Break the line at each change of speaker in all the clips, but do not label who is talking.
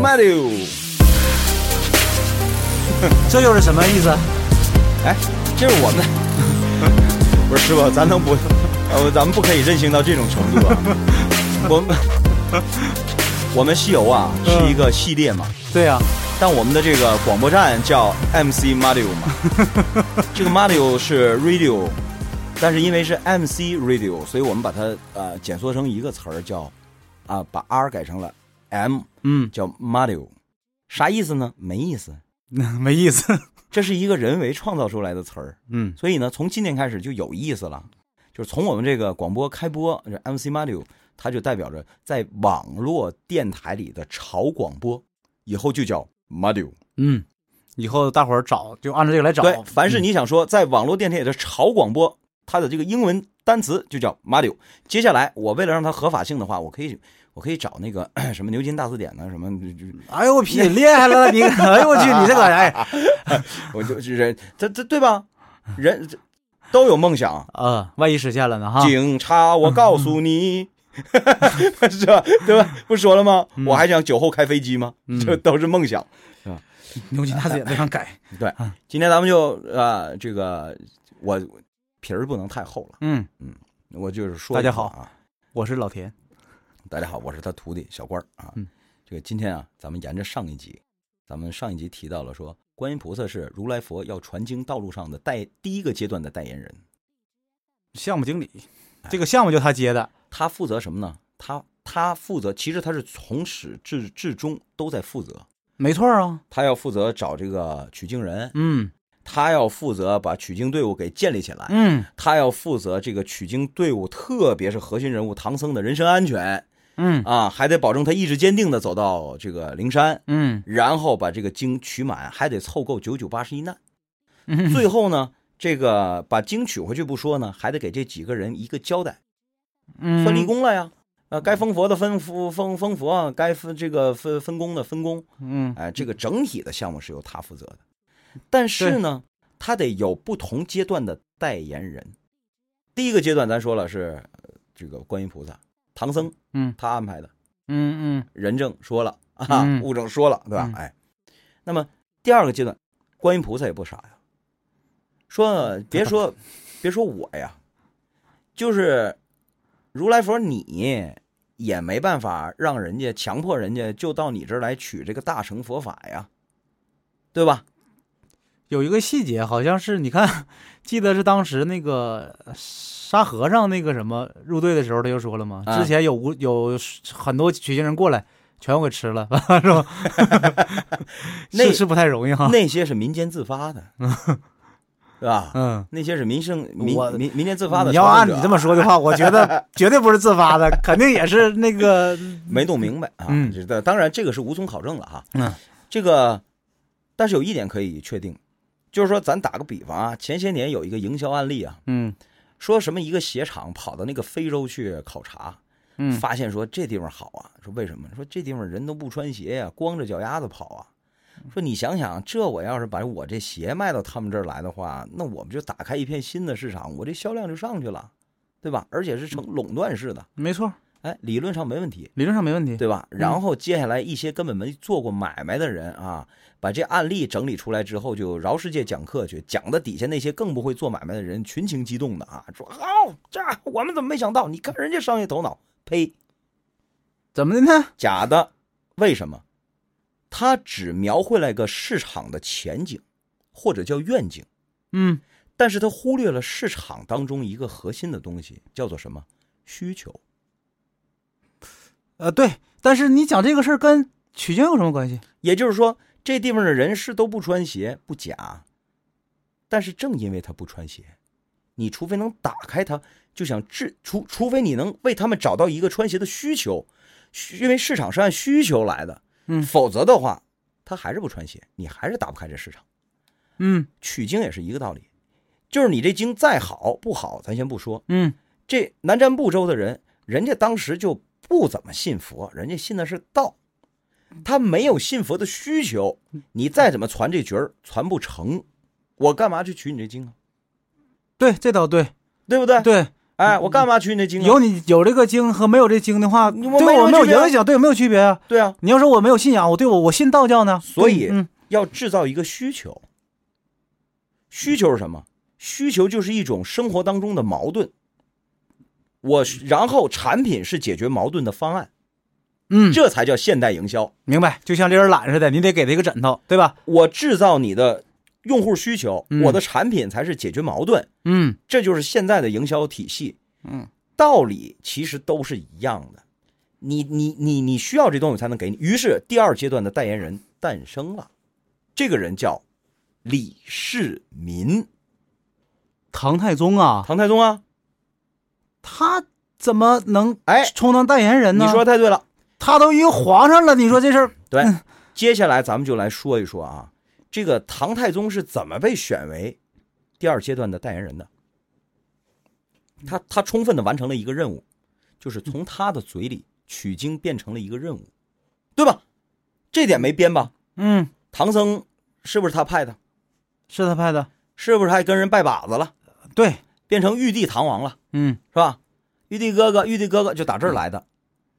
Mario，
这又是什么意思？
哎，这是我们的， 不是师傅，咱能不，呃，咱们不可以任性到这种程度 啊！我们我们西游啊是一个系列嘛，
对啊呀、
但我们的这个广播站叫 MC Mario 嘛，这个 Mario 是 Radio，但是因为是 MC Radio，所以我们把它呃简缩成一个词儿叫啊、把 R 改成了 M，
嗯，
叫 Mario，啥意思呢？没意思，
没意思。
这是一个人为创造出来的词儿，
嗯，
所以呢，从今年开始就有意思了，就是从我们这个广播开播，这 MC Mario，它就代表着在网络电台里的潮广播，以后就叫 Mario。
嗯，以后大伙儿找就按照这个来找。嗯
对，凡是你想说在网络电台里的潮广播，它的这个英文单词就叫 Mario。接下来，我为了让它合法性的话，我可以我可以找那个 什么牛津大字典呢，什么就就
嗯，哎呦我 去，厉害了你！哎呦我去，你这个哎，
我就就人，这这对吧？人这都有梦想。
呃，万一实现了呢哈？
警察，我告诉你， 是吧？对吧？不说了吗？
嗯
我还想酒后开飞机吗？这都是梦想。
牛津大字典都想改。
今天咱们就呃，这个我皮儿不能太厚了，
嗯，
我就是说
大家
一下
好
啊，
我是老田。
大家好，我是他徒弟小官儿啊。
嗯
这个今天啊，咱们沿着上一集，咱们上一集提到了说，观音菩萨是如来佛要传经道路上的代第一个阶段的代言人。
项目经理，这个项目就他接的。
他负责什么呢？他他负责，其实他是从始至至终都在负责。
没错啊，
他要负责找这个取经人，
嗯
他要负责把取经队伍给建立起来，
嗯
他要负责这个取经队伍，特别是核心人物唐僧的人身安全
嗯
啊，还得保证他意志坚定的走到这个灵山。
嗯
然后把这个经取满，还得凑够九九八十一难。
嗯，
最后呢，这个把经取回去不说呢，还得给这几个人一个交代，
嗯
分立功了呀。呃，该封佛的分封封封佛啊，该分这个分分工的分工，
嗯，嗯，
哎、这个整体的项目是由他负责的。但是呢，他得有不同阶段的代言人。第一个阶段，咱说了是呃这个观音菩萨、唐僧，
嗯
他安排的。
嗯嗯
人证说了啊，
嗯
物证说了，对吧？
嗯
哎，那么第二个阶段，观音菩萨也不傻呀，说别 说别说我呀，就是如来佛你也没办法让人家强迫人家就到你这儿来取这个大乘佛法呀，对吧？
有一个细节，好像是你看，记得是当时那个沙和尚那个什么入队的时候，他就说了嘛，
啊
之前有无有很多取经人过来，全我给吃了， 是吧？
那
是是不太容易哈。
那些是民间自发 的，对吧？
嗯，
那些是民生民
我
民民间自发的
你
朝
要
圣者啊，
按你这么说的话，我 觉得绝对不是自发的，肯定也是那个
没弄明白啊。
嗯
这当当然这个是无从考证了哈。
嗯，
这个，但是有一点可以确定，就是说咱打个比方啊，前些年有一个营销案例啊，
嗯
说什么一个鞋厂跑到那个非洲去考察，
嗯
发现说这地方好啊，说为什么？说这地方人都不穿鞋呀、光着脚丫子跑啊。说你想想，这我要是把我这鞋卖到他们这儿来的话，那我们就打开一片新的市场，我这销量就上去了，对吧？而且是成垄断式的，
没错，
哎，理论上没问题。
理论上没问题。
对吧？然后接下来一些根本没做过买卖的人啊，把这案例整理出来之后，就饶世界讲课去，讲的底下那些更不会做买卖的人群情激动的啊，说哦，这我们怎么没想到？你看人家商业头脑，呸，
怎么的呢？
假的。为什么？他只描绘了一个市场的前景，或者叫愿景，
嗯，
但是他忽略了市场当中一个核心的东西，叫做什么？需求。
呃，对，但是你讲这个事儿跟取经有什么关系？
也就是说，这地方的人是都不穿鞋不假，但是正因为他不穿鞋，你除非能打开他，就想治除除非你能为他们找到一个穿鞋的需求，需因为市场是按需求来的，
嗯
否则的话，他还是不穿鞋，你还是打不开这市场。
嗯
取经也是一个道理，就是你这经再好不好，咱先不说，
嗯
这南瞻部洲的人，人家当时就不怎么信佛，人家信的是道，
嗯
他没有信佛的需求。你再怎么传这角儿，传不成，我干嘛去取你这经啊？
对，这倒对，
对不对？
对，嗯
哎，我干嘛取你的经啊？
有你有这个经和没有这经的话，
你我
对
没
我
有
没有
区别啊
影响，对我没有区别啊。
对啊，
你要说我没有信仰，我对我我信道教呢，
所以
嗯，
要制造一个需求。需求是什么？需求就是一种生活当中的矛盾。我然后产品是解决矛盾的方案，
嗯，
这才叫现代营销。
明白，就像这人懒似的，你得给他一个枕头，对吧？
我制造你的用户需求，
嗯
我的产品才是解决矛盾，
嗯
这就是现在的营销体系。
嗯，
道理其实都是一样的，你你你你需要这东西才能给你。于是第二阶段的代言人诞生了，这个人叫李世民，
唐太宗啊，
唐太宗啊。
他怎么能
哎，
充当代言人呢？
你说得太对了。
他都一个皇上了，你说这事儿，
对
嗯，
接下来咱们就来说一说啊，这个唐太宗是怎么被选为第二阶段的代言人的？他他充分的完成了一个任务，就是从他的嘴里取经变成了一个任务，对吧？这点没编吧？
嗯，
唐僧是不是他派的？
是他拍的，
是不是还跟人拜把子了，
对，
变成玉帝唐王了，
嗯，
是吧？玉帝哥哥，玉帝哥哥就打这儿来的，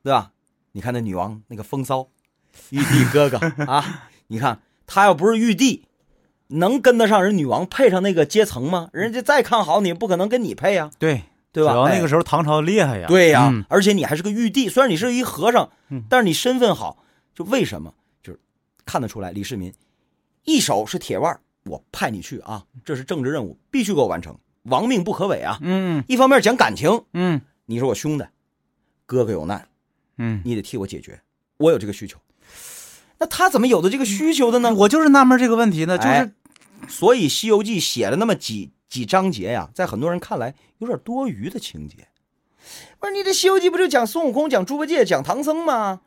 对吧？你看那女王那个风骚，玉帝哥哥啊， 你看他要不是玉帝，能跟得上人女王配上那个阶层吗？人家再看好你，不可能跟你配呀、
对，
对吧？
主要那个
哎
时候唐朝厉害呀，
对呀、
嗯
而且你还是个玉帝，虽然你是一和尚
嗯，
但是你身份好，就为什么？就是看得出来，李世民一手是铁腕儿，我派你去啊，这是政治任务，必须给我完成，亡命不可违啊。
嗯
一方面讲感情，
嗯
你是我兄弟，哥哥有难，
嗯，
你得替我解决，我有这个需求。那他怎么有的这个需求的呢？
我就是纳闷这个问题呢，就
哎
是
所以《西游记》写了那么几几章节呀，在很多人看来有点多余的情节。不是你这《西游记》不就讲孙悟空、讲猪八戒、讲唐僧吗？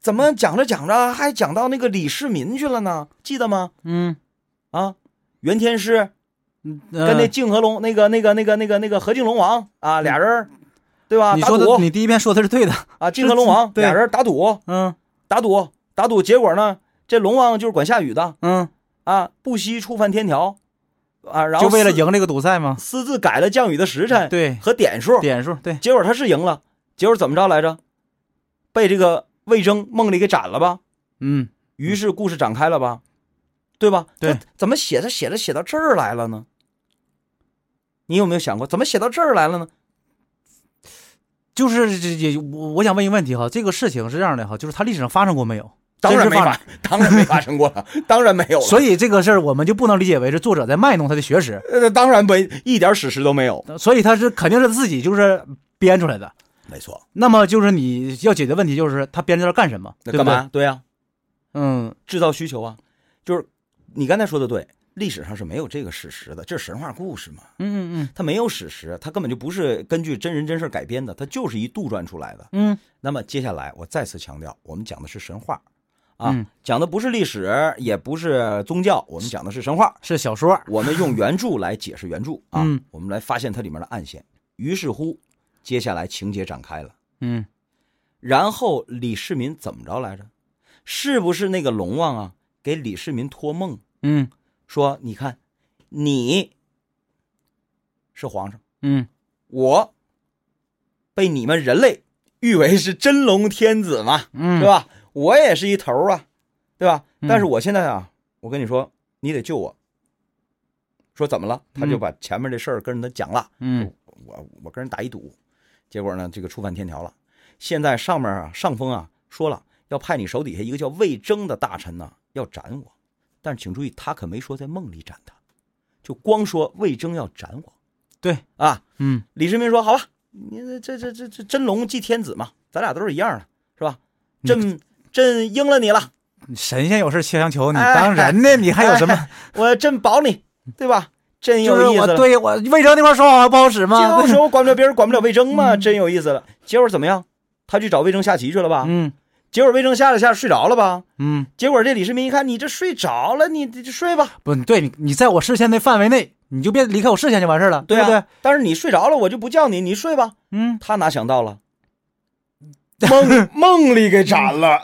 怎么讲着讲着还讲到那个李世民去了呢？记得吗？
嗯，呃
啊，袁天师跟
跟
那泾河龙、那个、那个、那个、那个、那个何靖龙王啊，俩人，对吧？
你
打
说的，
赌
你第一遍说的是对的，
啊，泾河龙王
对
俩人打赌，
嗯
打赌，打赌，结果呢，这龙王就是管下雨的
嗯，
啊，不惜触犯天条啊，然后
就为了
四
赢这个赌赛嘛，
私自改了降雨的时辰
对，
和点数，
点数，对，
结果他是赢了，结果怎么着来着？被这个魏征梦里给斩了吧？
嗯，
于是故事展开了吧，对吧？
对
他怎么写着写着写到这儿来了呢？你有没有想过，怎么写到这儿来了呢？
就是这也我我想问一个问题哈，这个事情是这样的哈，就是它历史上发生过没有？
当然
真
没
是发
发， 当然没发生过了，当然没有了，
所以这个事儿我们就不能理解为是作者在卖弄他的学识，呃
呃，当然没一点史实都没有。
所以他是肯定是自己就是编出来的。
没错，
那么就是你要解决问题，就是他编出来干什么？
那
对不
干
对？
嘛？对呀、
嗯
制造需求啊，就是你刚才说的对，历史上是没有这个史实的，这是神话故事嘛，
嗯嗯
它没有史实，它根本就不是根据真人真事改编的，它就是一杜撰出来的。
嗯
那么接下来我再次强调，我们讲的是神话啊，
嗯
讲的不是历史，也不是宗教，我们讲的是神话
嗯，。是小说。
我们用原著来解释原著啊，
嗯
我们来发现它里面的暗线。于是乎，接下来情节展开了。
嗯
然后李世民怎么着来着？是不是那个龙王啊，给李世民托梦
嗯
说，你看，你是皇上，
嗯
我被你们人类誉为是真龙天子嘛，
嗯，
对吧？我也是一头儿啊，对吧？
嗯
但是我现在啊，我跟你说，你得救我。说怎么了？他就
嗯
把前面这事儿跟他讲了。
嗯
我我跟人打一赌，结果呢，这个触犯天条了。现在上面啊，上峰啊说了，要派你手底下一个叫魏征的大臣呢、要斩我，但是请注意，他可没说在梦里斩他，就光说魏征要斩我。
对
啊，
嗯
李世民说：“好吧，你这这这这真龙祭天子嘛，咱俩都是一样的，是吧？
嗯
朕朕应了你了，
神仙有事切相求，你
哎
当人呢？你还有什么？
我朕保你， 对吧？朕
就
哎有
是
意思
我
了。
对我魏征那块说好不好使吗？
就
对
说我管不了别人，管不了魏征嘛，
嗯
真有意思了。结果怎么样？他去找魏征下棋去了吧？
嗯
结果魏征下了下睡着了吧？
嗯，
结果这李世民一看你这睡着了，你你睡吧。
不对，你你在我视线的范围内，你就别离开我视线就完事儿了，对
啊，
不对？
但是你睡着了，我就不叫你，你睡吧。
嗯，
他哪想到了，梦梦里给斩了。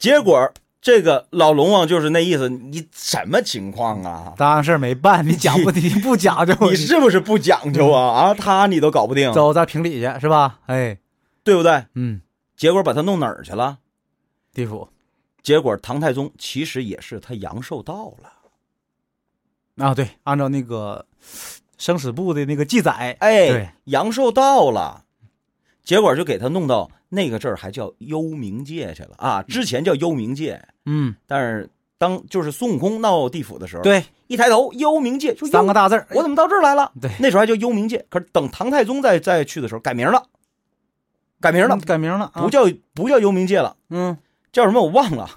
结果这个老龙王就是那意思，你什么情况 啊？
当事儿没办，你 讲不你不讲究，
你是不是不讲究啊？啊，他你都搞不定，
走咱评理去是吧？哎，
对不对？
嗯，
结果把他弄哪儿去了？
地府
结果唐太宗其实也是他阳寿到了。
啊，对，按照那个生死簿的那个记载，对
哎，阳寿到了，结果就给他弄到那个阵儿，还叫幽冥界去了啊。之前叫幽冥界，
嗯，
但是当就是孙悟空闹地府的时候，，
对，
一抬头幽冥界就
三个
大，
大字儿，
我怎么到这儿来了？
对，
那时候还叫幽冥界，可是等唐太宗再再去的时候改名了，改名了
嗯，改名了，啊
不叫不叫幽冥界了，
嗯，
叫什么我忘了。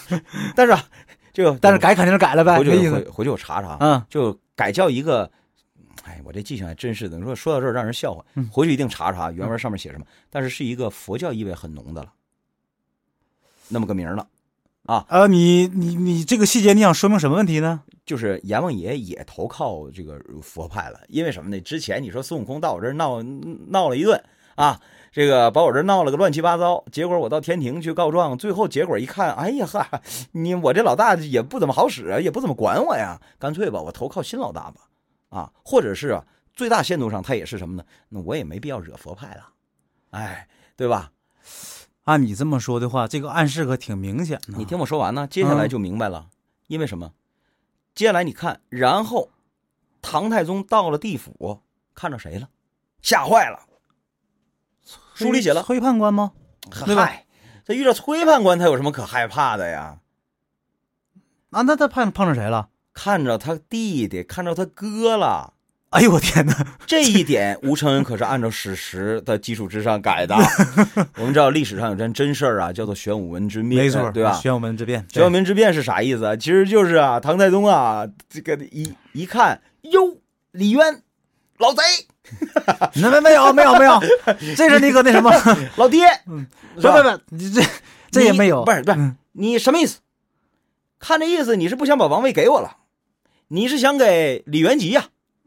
但是啊，这个
但是改肯定是改了呗，
回去
没意
回
思，
回去我查查啊。
嗯，
就改叫一个，哎，我这记性还真是的。你说说到这儿让人笑话
嗯，
回去一定查查原文上面写什么。但是是一个佛教意味很浓的了，那么个名儿了，
呃，你你你这个细节你想说明什么问题呢？
就是阎王爷也投靠这个佛派了。因为什么呢？之前你说孙悟空到我这儿闹闹了一顿啊，这个把我这儿闹了个乱七八糟，结果我到天庭去告状，最后结果一看，哎呀哈，你我这老大也不怎么好使，啊也不怎么管我呀，干脆吧，我投靠新老大吧，啊，或者是啊，最大限度上他也是什么呢？那我也没必要惹佛派了，哎，对吧？
按你这么说的话，这个暗示可挺明显的。
你听我说完呢，接下来
嗯
就明白了，因为什么？接下来你看，然后唐太宗到了地府，看着谁了？吓坏了。
崔，
书里写了，
崔判官吗？对吧
嗨，这遇到崔判官，他有什么可害怕的呀？
啊，那他判碰上谁了？
看着他弟弟，看着他哥了，
哎呦我天哪！
这一点吴承恩可是按照史实的基础之上改 的。我们知道历史上有件真事儿啊，叫做玄武门之变，
没错，
呃对吧？
玄武门之变，
玄武
对
门之变是啥意思啊？其实就是啊，唐太宗啊，这个一一看，哟，李渊，老 贼，
那没没有没有 没有，这是那个那什么，
老爹，
嗯
不
不不不，你这这也没有，
不是不是，
嗯
你什么意思？看这意思，你是不想把王位给我了？你是想给李元吉呀、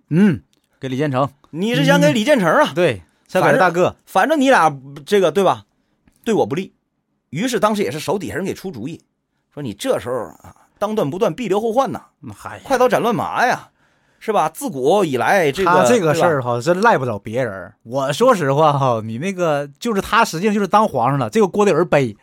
嗯，给李建成，
你是想给李建成啊？
对，小
反
改
正
大哥，
反正你俩这个对吧？对我不利。于是当时也是手底下人给出主意，说你这时候啊，当断不断，必留后患呐，
嗯嗨，
快刀斩乱麻呀，是吧？自古以来，这个
他这个
对
事
吧
儿哈，真赖不着别人儿。我说实话哈，你那个就是他，实际上就是当皇上了，这个锅得有人背，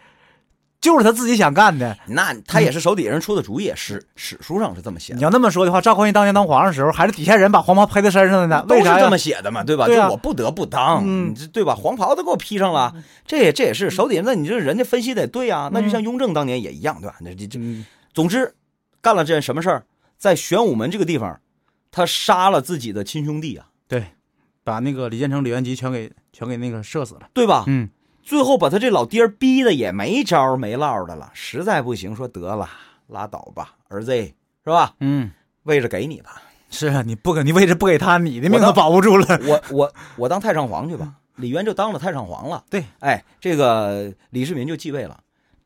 就是他自己想
哎
干的。
那他
嗯
也是手底下人出的主意，史史书上是这么写
你
的，
要那么说的话，赵匡胤当年当皇上的时候，还是底下人把黄袍披在身上的呢，
都
为
是
啥
这
呀
么？写的嘛，对吧？
对啊
就我不得不当，
嗯
你这对吧？黄袍都给我披上了，这也这也是手底下，那你这人家分析得对啊。那就像雍正当年也一样，对吧？那这这，
嗯
总之干了件什么事儿，在玄武门这个地方，他杀了自己的亲兄弟啊，
对，把那个李建成、李元吉全给全给那个射死了。
对吧？
嗯，
最后把他这老爹逼的也没招儿没落儿的了，实在不行说得了，拉倒吧，儿子是吧？
嗯，
位置给你吧。
是啊，你不给你位置不给他，你的命
我
都
倒
保不住了。
我我我当太上皇去吧。李渊就当了太上皇了。
嗯对，
哎，这个李世民就继位了。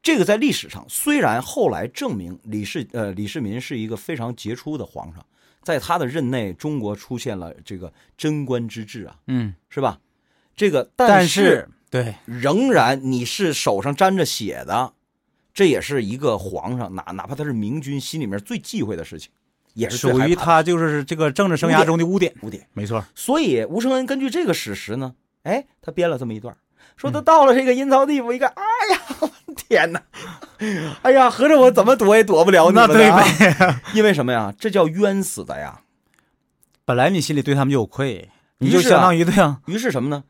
这个在历史上，虽然后来证明李世呃李世民是一个非常杰出的皇上，在他的任内，中国出现了这个贞观之治啊，
嗯，
是吧？这个
但
是
是对，
仍然你是手上沾着血的，这也是一个皇上哪哪怕他是明君心里面最忌讳的事情，也是最
属
害
于
怕
他就是这个政治生
污
涯
点
中的污点。
的污点。
没错，
所以吴承恩根据这个史实呢，哎，他编了这么一段儿，说
嗯
他到了这个阴曹地府一看，哎呀， 我的天哪！哎呀，合着我怎么躲也躲不了你
那
们
对
的啊、
呗？
因为什么呀？这叫冤死的呀！
本来你心里对他们就有愧，你
于
就是相
啊
当于对 啊，
于是什么呢？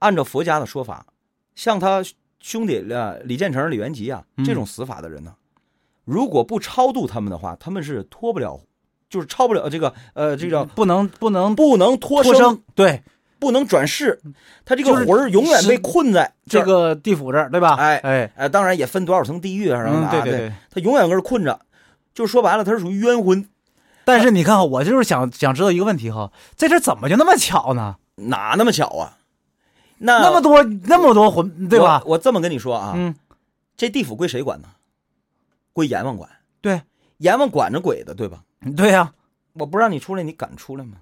按照佛家的说法，像他兄弟呃李建成、李元吉啊
嗯
这种死法的人呢、如果不超度他们的话，他们是脱不了，就是超不了这个呃这叫
不能不能
不能脱
嗯脱
生，
生，对
不能转世，他这个
就是
魂儿永远
是
被困在
这
儿
个地府这儿，对吧？
哎
哎，
哎，当然也分多少层地狱啊什么的、
嗯，
啊
对
对
对。
他永远跟这儿困着，就说白了，他是属于冤魂，
但是你看哈，我就是想想知道一个问题哈，这事儿怎么就那么巧呢？
哪那么巧啊？那
那么多那么多魂，对吧？
我？我这么跟你说啊，
嗯，
这地府归谁管呢？归阎王管。
对，
阎王管着鬼的，对吧？
对呀、
我不让你出来，你敢出来吗？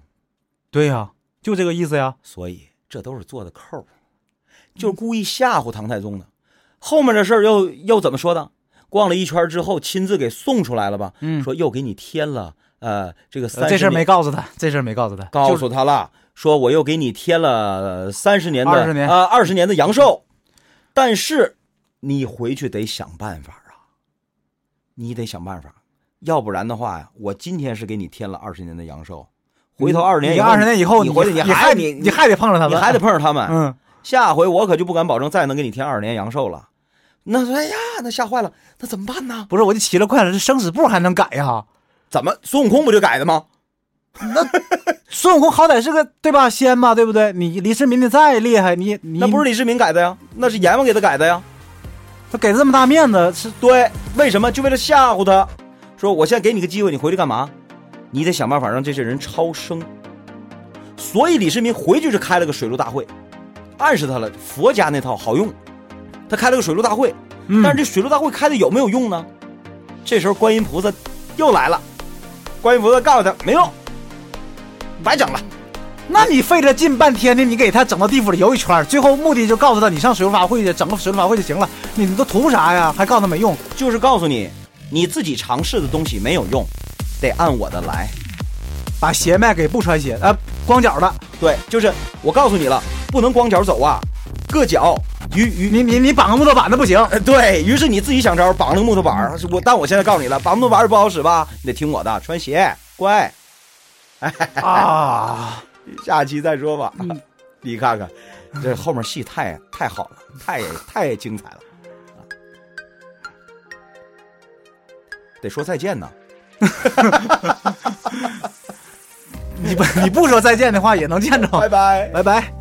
对呀、就这个意思呀。
所以这都是做的扣
嗯
儿，就是故意吓唬唐太宗的。后面的事儿又又怎么说的？逛了一圈之后，亲自给送出来了吧？
嗯，
说又给你添了呃这个三
这事
十
儿没告诉他，这事儿没告诉他，
告
就
诉他了，说我又给你添了三十年的
20年
呃二十年的阳寿，但是你回去得想办法啊，你得想办法，要不然的话呀，我今天是给你添了二十年的阳寿，回头二十年以
嗯你
后，
二十年以后
你
你
回去
你
你还
还
你
你还得碰上他
你
们，
还得碰上他们，
嗯，
下回我可就不敢保证再能给你添二十年阳寿了。那说哎呀，那吓坏了，那怎么办呢？
不是，我就骑了快了，这生死簿还能改呀？
怎么孙悟空不就改的吗？
孙悟空好歹是个对吧仙吧，对不对？你李世民你再厉害，你你
那不是李世民改的呀，那是阎王给他改的呀。
他给这么大面子是
对，为什么？就为了吓唬他，说我现在给你个机会，你回去干嘛？你得想办法让这些人超生。所以李世民回去就开了个水陆大会，暗示他了，佛家那套好用。他开了个水陆大会，
嗯
但是这水陆大会开的有没有用呢？这时候观音菩萨又来了，观音菩萨告诉他没用，白整了。
那你费这劲半天的，你给他整到地府里游一圈儿，最后目的就告诉他你上水陆法会去，整个水陆法会就行了，你你都图啥呀？还告诉他没用，
就是告诉你，你自己尝试的东西没有用，得按我的来。
把鞋卖给不穿鞋呃光脚的，
对，就是我告诉你了，不能光脚走啊，硌脚。于于，
你你你绑个木头板子 不行，
呃对于是你自己想招，绑了个木头板儿。我但我现在告诉你了，绑木头板儿不好使吧？你得听我的，穿鞋，乖。
啊，
下期再说吧。
嗯
你看看，这后面戏太太好了， 太太精彩了，啊得说再见呢。
你不你不说再见的话也能见着，
拜。
哦拜拜。